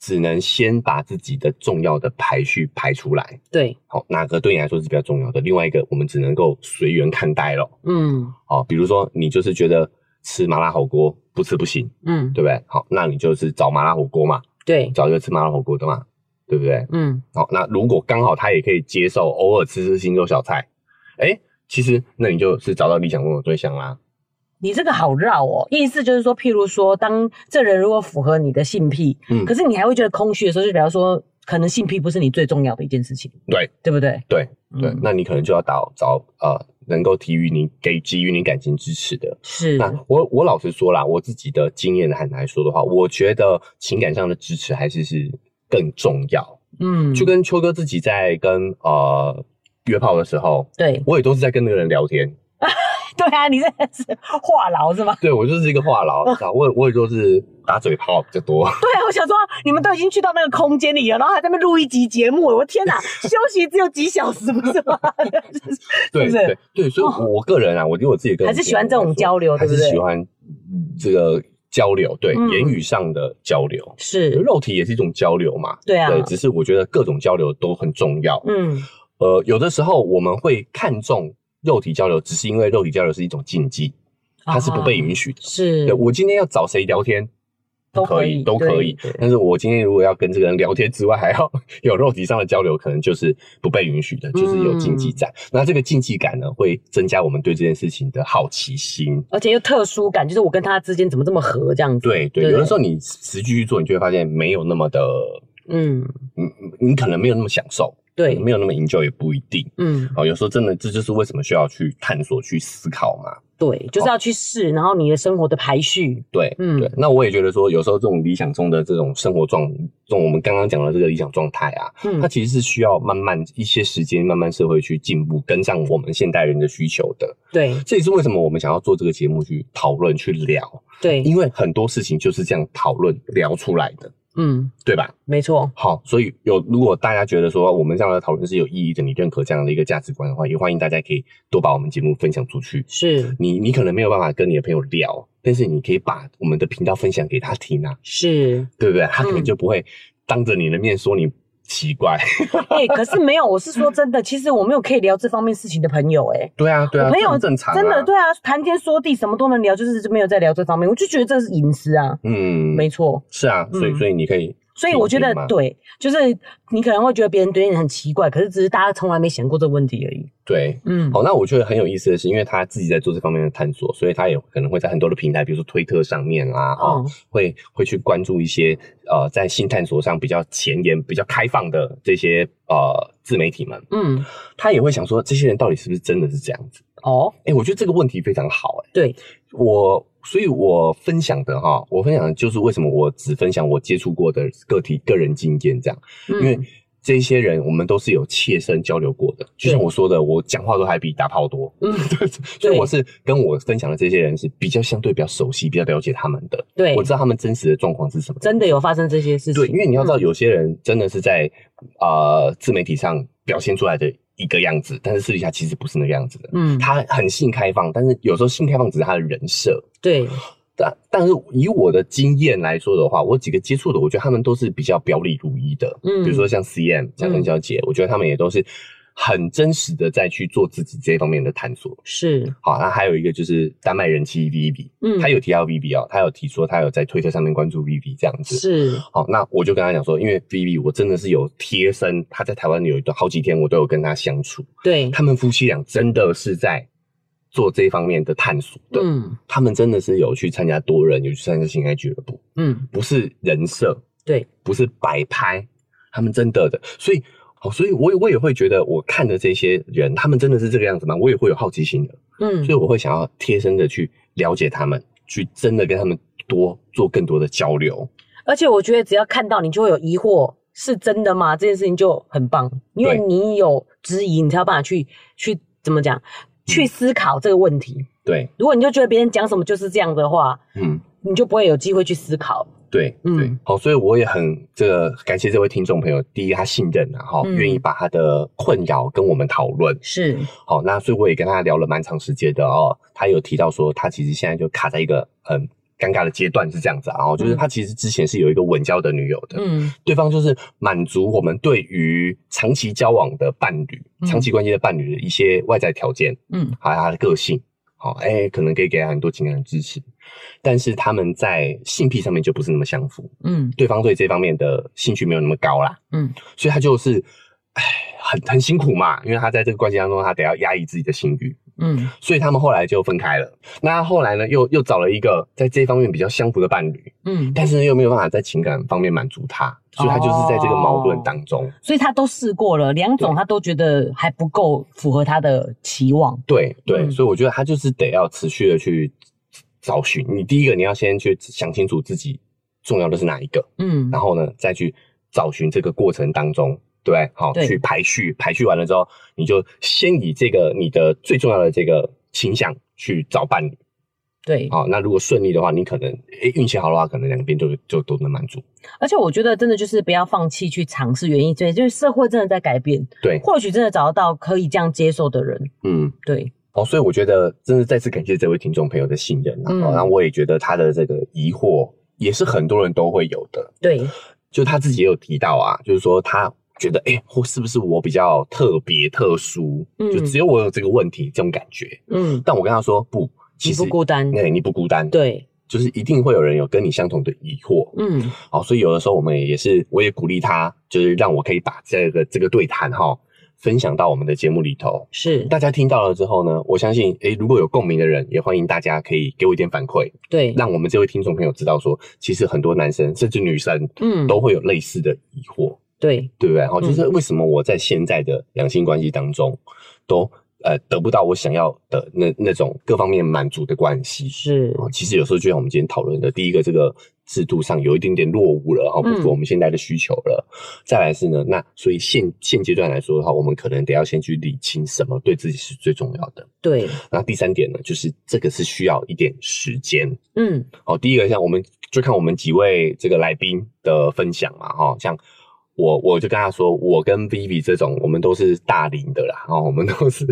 Speaker 1: 只能先把自己的重要的排序排出来。
Speaker 2: 对，
Speaker 1: 好，哪个对你来说是比较重要的？另外一个，我们只能够随缘看待咯。
Speaker 2: 嗯
Speaker 1: 好，比如说你就是觉得吃麻辣火锅不吃不行，
Speaker 2: 嗯，
Speaker 1: 对不对？好，那你就是找麻辣火锅嘛，
Speaker 2: 对，
Speaker 1: 找一个吃麻辣火锅的嘛，对不对？
Speaker 2: 嗯，
Speaker 1: 好，哦那如果刚好他也可以接受偶尔吃吃新州小菜，哎，其实那你就是找到理想中的对象啦。
Speaker 2: 你这个好绕哦。意思就是说，譬如说，当这人如果符合你的性癖，
Speaker 1: 嗯
Speaker 2: 可是你还会觉得空虚的时候，就比方说，可能性癖不是你最重要的一件事情，
Speaker 1: 对
Speaker 2: 对不对？
Speaker 1: 对对，
Speaker 2: 嗯
Speaker 1: 那你可能就要找找呃，能够给予你给给予你感情支持的。
Speaker 2: 是，
Speaker 1: 那我我老实说啦，我自己的经验还来说的话，我觉得情感上的支持还是是更重要。
Speaker 2: 嗯，
Speaker 1: 就跟秋哥自己在跟呃约炮的时候，
Speaker 2: 对 *laughs*
Speaker 1: 我也都是在跟那个人聊天，
Speaker 2: 对啊，你这是话痨是吗？
Speaker 1: 对我就是一个话痨，
Speaker 2: 啊
Speaker 1: 你知道我也我也就是打嘴炮比较多。
Speaker 2: *laughs* 对啊，我想说你们都已经去到那个空间里了，然后还在那边录一集节目，我天哪，休息只有几小时，不是吗？
Speaker 1: 对
Speaker 2: 是不是
Speaker 1: 对对，所以
Speaker 2: 哦
Speaker 1: 我我个人啊，我觉得我自己个人啊
Speaker 2: 还是喜欢这种交流
Speaker 1: 还是
Speaker 2: 对不对
Speaker 1: 喜欢嗯这个交流，对、
Speaker 2: 嗯
Speaker 1: 言语上的交流，
Speaker 2: *laughs* 是，
Speaker 1: 肉体也是一种交流嘛。
Speaker 2: 对啊，
Speaker 1: 对，只是我觉得各种交流都很重要。
Speaker 2: 嗯，
Speaker 1: 呃，有的时候我们会看重肉体交流，只是因为肉体交流是一种禁忌，它是不被允
Speaker 2: 许，
Speaker 1: 许的。
Speaker 2: 是
Speaker 1: 对，我今天要找谁聊天
Speaker 2: 嗯都可以
Speaker 1: 都可以
Speaker 2: 对对，
Speaker 1: 但是我今天如果要跟这个人聊天之外，还要有肉体上的交流，可能就是不被允许的，就是有禁
Speaker 2: 嗯
Speaker 1: 忌在。那这个禁忌感呢，会增加我们对这件事情的好奇心。
Speaker 2: 而且又特殊感，就是我跟他之间怎么这么合这样子？
Speaker 1: 对对，有的时候你实际去做，你就会发现没有那么的，
Speaker 2: 嗯，
Speaker 1: 你你可能没有那么享受。
Speaker 2: 对，
Speaker 1: 没有那么 enjoy 也不一定。
Speaker 2: 嗯，
Speaker 1: 好，有时候真的这就是为什么需要去探索、去思考嘛。
Speaker 2: 对，就是
Speaker 1: 哦
Speaker 2: 要去试，然后你的生活的排序，
Speaker 1: 对，
Speaker 2: 嗯
Speaker 1: 对。那我也觉得说，有时候这种理想中的这种生活状，这种我们刚刚讲的这个理想状态啊，它
Speaker 2: 嗯，
Speaker 1: 其实是需要慢慢一些时间，慢慢社会去进步，跟上我们现代人的需求的。
Speaker 2: 对
Speaker 1: 这也是为什么我们想要做这个节目去讨论、去聊，
Speaker 2: 对，
Speaker 1: 因为很多事情就是这样讨论聊出来的，
Speaker 2: 嗯，
Speaker 1: 对吧？
Speaker 2: 没错，
Speaker 1: 好，所以有如果大家觉得说我们这样的讨论是有意义的，你认可这样的一个价值观的话，也欢迎大家可以多把我们节目分享出去。
Speaker 2: 是
Speaker 1: 你你可能没有办法跟你的朋友聊，但是你可以把我们的频道分享给他听啊，
Speaker 2: 是，
Speaker 1: 对不对？他可能
Speaker 2: 嗯
Speaker 1: 就不会当着你的面说你奇
Speaker 2: *laughs*
Speaker 1: 怪。
Speaker 2: 哎、可是没有，我是说真的，其实我没有可以聊这方面事情的朋友、哎。
Speaker 1: 对啊，对啊，
Speaker 2: 我朋
Speaker 1: 这
Speaker 2: 友
Speaker 1: 很正常、啊，
Speaker 2: 真的，对啊，谈天说地，什么都能聊，就是没有在聊这方面，我就觉得这是隐私啊，
Speaker 1: 嗯，
Speaker 2: 没错。
Speaker 1: 是啊，所以
Speaker 2: 嗯
Speaker 1: 所以你可以，
Speaker 2: 所以我觉得
Speaker 1: 平平嘛
Speaker 2: 对，就是你可能会觉得别人对你很奇怪，可是只是大家从来没想过这个问题而已。
Speaker 1: 对。
Speaker 2: 嗯，
Speaker 1: 好，那我觉得很有意思的是，因为他自己在做这方面的探索，所以他也可能会在很多的平台，比如说推特上面啊，哦，
Speaker 2: 哦，
Speaker 1: 会会去关注一些呃在性探索上比较前沿、比较开放的这些呃自媒体们，
Speaker 2: 嗯，
Speaker 1: 他也会想说这些人到底是不是真的是这样子？
Speaker 2: 哦，
Speaker 1: 哎、我觉得这个问题非常好、诶
Speaker 2: 对，
Speaker 1: 我所以，我分享的哈，我分享的就是为什么我只分享我接触过的个体个人经验这样，
Speaker 2: 嗯、
Speaker 1: 因为这些人我们都是有切身交流过的，就像我说的，我讲话都还比打炮多， *laughs*
Speaker 2: 嗯，
Speaker 1: 所以我是跟我分享的这些人是比较相对比较熟悉、比较了解他们的，
Speaker 2: 对
Speaker 1: 我，知道他们真实的状况是什么。
Speaker 2: 真嗯的有发生这些事情。
Speaker 1: 对，因为你要知道，有些人真的是在、呃自媒体上表现出来的一个样子，但是私底下其实不是那个样子的。
Speaker 2: 嗯，嗯，
Speaker 1: 他很性开放，但是有时候性开放只是他的人设。
Speaker 2: 对，
Speaker 1: 但但是以我的经验来说的话，我几个接触的，我觉得他们都是比较表里如一的。
Speaker 2: 嗯
Speaker 1: 比如说像 CM、像
Speaker 2: 嗯
Speaker 1: 陈小姐，我觉得他们也都是很真实的在去做自己这方面的探索。
Speaker 2: 是，
Speaker 1: 好，那还有一个就是丹麦人妻 Vivi，
Speaker 2: 嗯，
Speaker 1: 他有提到 Vivi 哦，他有提说他有在推特上面关注 Vivi 这样子。
Speaker 2: 是，
Speaker 1: 好，那我就跟他讲说，因为 Vivi 我真的是有贴身，他在台湾有一段好几天，我都有跟他相处。
Speaker 2: 对，
Speaker 1: 他们夫妻俩真的是在做这方面的探索的，
Speaker 2: 嗯
Speaker 1: 他们真的是有去参加多人，有去参加性爱俱乐部，
Speaker 2: 嗯，
Speaker 1: 不是人设，
Speaker 2: 对，
Speaker 1: 不是摆拍，他们真的的。所以，好，所以我也我也会觉得，我看的这些人，他们真的是这个样子吗？我也会有好奇心的，
Speaker 2: 嗯
Speaker 1: 所以我会想要贴身的去了解他们，去真的跟他们多做更多的交流。
Speaker 2: 而且我觉得只要看到你就会有疑惑，是真的吗？这件事情就很棒，因为
Speaker 1: 对
Speaker 2: 你有质疑，你才有办法去去怎么讲，去思考这个问题。
Speaker 1: 对，
Speaker 2: 如果你就觉得别人讲什么就是这样的话，
Speaker 1: 嗯。
Speaker 2: 你就不会有机会去思考。
Speaker 1: 对，
Speaker 2: 嗯
Speaker 1: 对，好，所以我也很这个感谢这位听众朋友，第一他信任、啊，然后
Speaker 2: 嗯
Speaker 1: 愿意把他的困扰跟我们讨论。
Speaker 2: 是，
Speaker 1: 好，那所以我也跟他聊了蛮长时间的哦。他有提到说，他其实现在就卡在一个很尴尬的阶段，是这样子啊、哦，就是
Speaker 2: 嗯
Speaker 1: 他其实之前是有一个稳交的女友的，
Speaker 2: 嗯
Speaker 1: 对方就是满足我们对于长期交往的伴侣、
Speaker 2: 嗯
Speaker 1: 长期关系的伴侣的一些外在条件，
Speaker 2: 嗯
Speaker 1: 还有他的个性，好、哎、可能可以给他很多情感的支持，但是他们在性癖上面就不是那么相符。
Speaker 2: 嗯
Speaker 1: 对方对这方面的兴趣没有那么高啦，
Speaker 2: 嗯，
Speaker 1: 所以他就是，唉，很很辛苦嘛，因为他在这个关系当中，他得要压抑自己的性欲，
Speaker 2: 嗯
Speaker 1: 所以他们后来就分开了。那他后来呢，又又找了一个在这方面比较相符的伴侣，
Speaker 2: 嗯，
Speaker 1: 但是呢又没有办法在情感方面满足他，所以他就是在这个矛盾当中。
Speaker 2: 所以他都试过了，两种
Speaker 1: 对
Speaker 2: 他都觉得还不够符合他的期望。
Speaker 1: 对对，
Speaker 2: 嗯
Speaker 1: 所以我觉得他就是得要持续的去找寻。你第一个，你要先去想清楚自己重要的是哪一个，
Speaker 2: 嗯
Speaker 1: 然后呢，再去找寻这个过程当中，对不对，好
Speaker 2: 对
Speaker 1: 去排序，排序完了之后，你就先以这个你的最重要的这个倾向去找伴侣，
Speaker 2: 对，
Speaker 1: 好，那如果顺利的话，你可能诶运气好的话，可能两边就就都能满足，
Speaker 2: 而且我觉得真的就是不要放弃去尝试，原因对，就是社会真的在改变，
Speaker 1: 对，
Speaker 2: 或许真的找得到可以这样接受的人。
Speaker 1: 嗯。
Speaker 2: 对，
Speaker 1: 哦，所以我觉得真的再次感谢这位听众朋友的信任、啊，
Speaker 2: 嗯
Speaker 1: 然后、那我也觉得他的这个疑惑也是很多人都会有的，
Speaker 2: 对，
Speaker 1: 就他自己也有提到啊，就是说他觉得诶，或是不是我比较特别特殊，
Speaker 2: 嗯
Speaker 1: 就只有我有这个问题这种感觉，
Speaker 2: 嗯，
Speaker 1: 但我跟他说不，其
Speaker 2: 你
Speaker 1: 实
Speaker 2: 不孤单。
Speaker 1: 那你不孤单，，
Speaker 2: 对，
Speaker 1: 就是一定会有人有跟你相同的疑惑，
Speaker 2: 嗯
Speaker 1: 哦，所以有的时候我们也是，我也鼓励他，就是让我可以把这个这个对谈哈、分享到我们的节目里头，
Speaker 2: 是，
Speaker 1: 大家听到了之后呢，我相信，诶，如果有共鸣的人，也欢迎大家可以给我一点反馈，
Speaker 2: 对，
Speaker 1: 让我们这位听众朋友知道说，其实很多男生甚至女生
Speaker 2: 嗯，
Speaker 1: 都会有类似的疑惑，
Speaker 2: 对，
Speaker 1: 对不对？哦，就是为什么我在现在的两性关系当中都呃得不到我想要的那那种各方面满足的关系。
Speaker 2: 是，
Speaker 1: 哦，其实有时候就像我们今天讨论的，第一个这个制度上有一点点落伍了哈，哦不符合我们现在的需求了。再来是呢，那所以现现阶段来说的话，我们可能得要先去理清什么对自己是最重要的。
Speaker 2: 对，
Speaker 1: 那第三点呢，就是这个是需要一点时间。
Speaker 2: 嗯，
Speaker 1: 哦，第一个像我们就看我们几位这个来宾的分享嘛，哈、像我我就跟他说，我跟 Vivi 这种，我们都是大龄的啦，哦，我们都是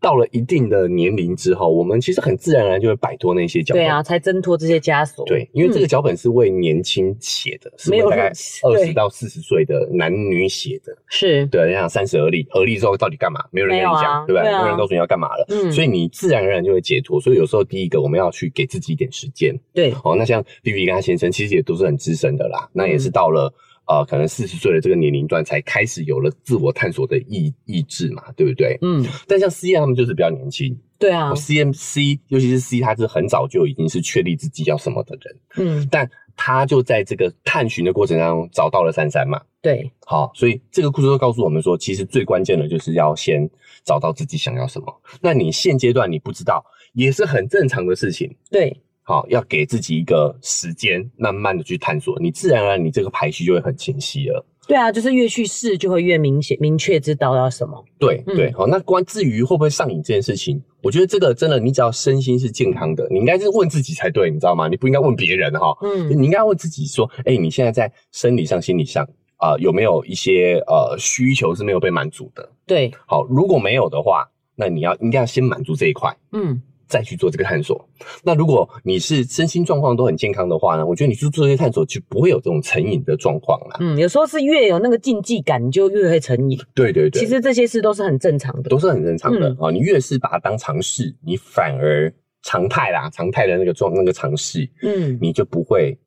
Speaker 1: 到了一定的年龄之后，我们其实很自然而然就会摆脱那些脚本。
Speaker 2: 对啊，才挣脱这些枷锁。
Speaker 1: 对，因为这个
Speaker 2: 嗯
Speaker 1: 脚本是为年轻写的，是
Speaker 2: 没
Speaker 1: 为
Speaker 2: 有
Speaker 1: 大概
Speaker 2: 人
Speaker 1: 二十
Speaker 2: 对
Speaker 1: 到四十岁的男女写的。
Speaker 2: 是，
Speaker 1: 对，你想三十而立，而立之后到底干嘛？没有人跟
Speaker 2: 没
Speaker 1: 你
Speaker 2: 有啊
Speaker 1: 讲，对不对？
Speaker 2: 对啊
Speaker 1: 没有人告诉你要干嘛了。
Speaker 2: 嗯，
Speaker 1: 所以你自然而然就会解脱，所以有时候第一个我们要去给自己一点时间，
Speaker 2: 对，
Speaker 1: 哦，那像 B B 跟他先生其实也都是很资深的啦，那也是
Speaker 2: 嗯
Speaker 1: 到了、呃可能四十岁的这个年龄段才开始有了自我探索的意意志嘛，对不对？
Speaker 2: 嗯，
Speaker 1: 但像 C M 他们就是比较年轻、
Speaker 2: 对啊，
Speaker 1: c M C 尤其是 C 他是很早就已经是确立自己要什么的人，
Speaker 2: 嗯，
Speaker 1: 但他就在这个探寻的过程当中找到了珊珊嘛。
Speaker 2: 对，
Speaker 1: 好，所以这个故事都告诉我们说，其实最关键的就是要先找到自己想要什么。那你现阶段你不知道，也是很正常的事情。
Speaker 2: 对，
Speaker 1: 好，要给自己一个时间，慢慢的去探索，你自然而然你这个排序就会很清晰了。
Speaker 2: 对啊，就是越去试，就会越明显、明确知道要什么。
Speaker 1: 对
Speaker 2: 嗯
Speaker 1: 对，好，那关至于会不会上瘾这件事情，我觉得这个真的，你只要身心是健康的，你应该是问自己才对，你知道吗？你不应该问别人哈，
Speaker 2: 嗯，
Speaker 1: 你应该问自己说，哎、你现在在生理上、心理上啊、有没有一些呃需求是没有被满足的？
Speaker 2: 对，
Speaker 1: 好，如果没有的话，那你要应该要先满足这一块。
Speaker 2: 嗯，
Speaker 1: 再去做这个探索。那如果你是身心状况都很健康的话呢，我觉得你去做这些探索就不会有这种成瘾的状况啦。
Speaker 2: 嗯，有时候是越有那个禁忌感，你就越会成瘾。
Speaker 1: 对对对，
Speaker 2: 其实这些事都是很正常的
Speaker 1: 都。是很正常的啊、
Speaker 2: 嗯
Speaker 1: 你越是把它当尝试，你反而常态啦，常态的那个状那个尝试，
Speaker 2: 嗯，
Speaker 1: 你就不会，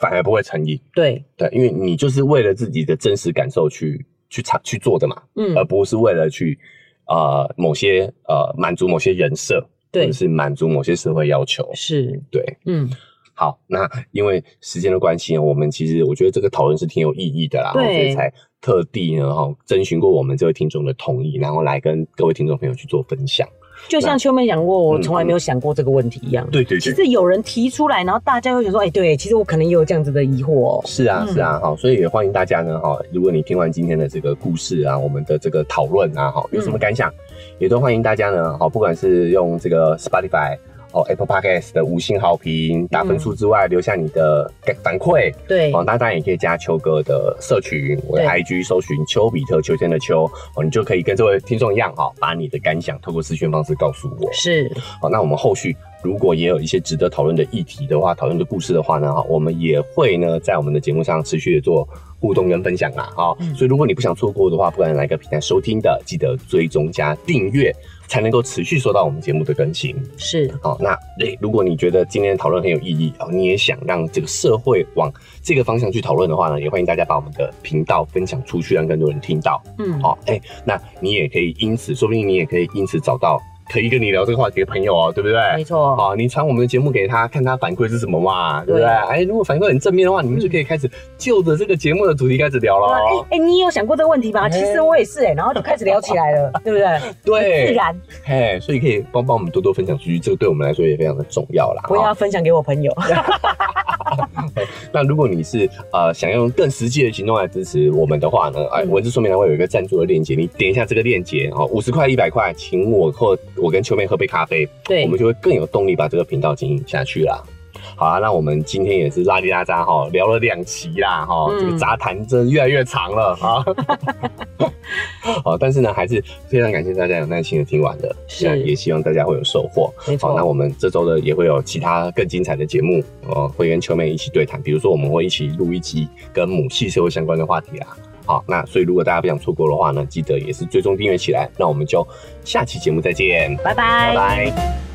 Speaker 1: 反而不会成瘾。
Speaker 2: 对，
Speaker 1: 对，因为你就是为了自己的真实感受去去尝去做的嘛，
Speaker 2: 嗯
Speaker 1: 而，不是为了去呃某些呃满足某些人设，或
Speaker 2: 对
Speaker 1: 者，是满足某些社会要求。
Speaker 2: 是，
Speaker 1: 对，
Speaker 2: 嗯，
Speaker 1: 好，那因为时间的关系，我们其实我觉得这个讨论是挺有意义的啦，
Speaker 2: 对
Speaker 1: 所以才特地呢哈征询过我们这位听众的同意，然后来跟各位听众朋友去做分享。
Speaker 2: 就像秋妹讲过，我
Speaker 1: 嗯
Speaker 2: 从来没有想过这个问题一样。
Speaker 1: 对对
Speaker 2: 其，实有人提出来，然后大家会想说，哎、对，其实我可能也有这样子的疑惑哦。
Speaker 1: 是啊
Speaker 2: 嗯
Speaker 1: 是啊，好，所以也欢迎大家呢哈，如果你听完今天的这个故事啊，我们的这个讨论啊哈，有什么
Speaker 2: 嗯
Speaker 1: 感想，也都欢迎大家呢哈，不管是用这个 Spotify。哦，Apple Podcast 的五星好评、打分
Speaker 2: 嗯
Speaker 1: 数之外，留下你的感反馈，
Speaker 2: 对，
Speaker 1: 哦，那当然也可以加秋哥的社群，我的
Speaker 2: 对
Speaker 1: IG 搜寻丘比特秋天的秋，哦，你就可以跟这位听众一样哈、哦，把你的感想透过私讯方式告诉我。
Speaker 2: 是，
Speaker 1: 好、那我们后续如果也有一些值得讨论的议题的话，讨论的故事的话呢，哈、我们也会呢在我们的节目上持续的做互动跟分享啦，哈、
Speaker 2: 嗯
Speaker 1: 所以如果你不想错过的话，不管哪一个平台收听的，记得追踪加订阅，才能够持续收到我们节目的更新。
Speaker 2: 是，
Speaker 1: 好、哦那诶，如果你觉得今天的讨论很有意义，哦，你也想让这个社会往这个方向去讨论的话呢，也欢迎大家把我们的频道分享出去，让更多人听到。
Speaker 2: 嗯，
Speaker 1: 好、诶，那你也可以因此，说不定你也可以因此找到可以跟你聊这个话题的朋友哦，对不对？
Speaker 2: 没错，
Speaker 1: 好、你传我们的节目给他，看他反馈是什么嘛，对不对？
Speaker 2: 对啊
Speaker 1: 哎，如果反馈很正面的话，你们就可以开始就着这个节目的主题开始聊哦
Speaker 2: 对啊哎、
Speaker 1: 喽。
Speaker 2: 哎你也有想过这个问题吗？
Speaker 1: 哎
Speaker 2: 其实我也是哎、然后就开始聊起来了，对不对？
Speaker 1: 对，
Speaker 2: 哎自然，
Speaker 1: 嘿，所以可以帮帮我们多多分享出去，这个对我们来说也非常的重要啦。
Speaker 2: 我也
Speaker 1: 哦
Speaker 2: 要分享给我朋友。
Speaker 1: 那如果你是呃想用更实际的行动来支持我们的话呢，哎，
Speaker 2: 嗯
Speaker 1: 文字说明栏位有一个赞助的链接，你点一下这个链接哦，五十块、一百块，请我或我跟秋妹喝杯咖啡，
Speaker 2: 对
Speaker 1: 我，们就会更有动力把这个频道经营下去啦。好啦，那我们今天也是拉里拉扎哈聊了两期啦哈，
Speaker 2: 嗯
Speaker 1: 这个杂谈真的越来越长
Speaker 2: *laughs*
Speaker 1: 了啊。好，但是呢，还是非常感谢大家有耐心的听完的，
Speaker 2: 是
Speaker 1: 那也希望大家会有收获。
Speaker 2: 没
Speaker 1: 好，那
Speaker 2: 错，
Speaker 1: 我们这周的也会有其他更精彩的节目，呃，会跟秋妹一起对谈，比如说我们会一起录一集跟母系社会相关的话题啊。好，那所以如果大家不想错过的话呢，记得也是追踪订阅起来。那我们就下期节目再见，
Speaker 2: 拜
Speaker 1: 拜
Speaker 2: 拜。
Speaker 1: 拜。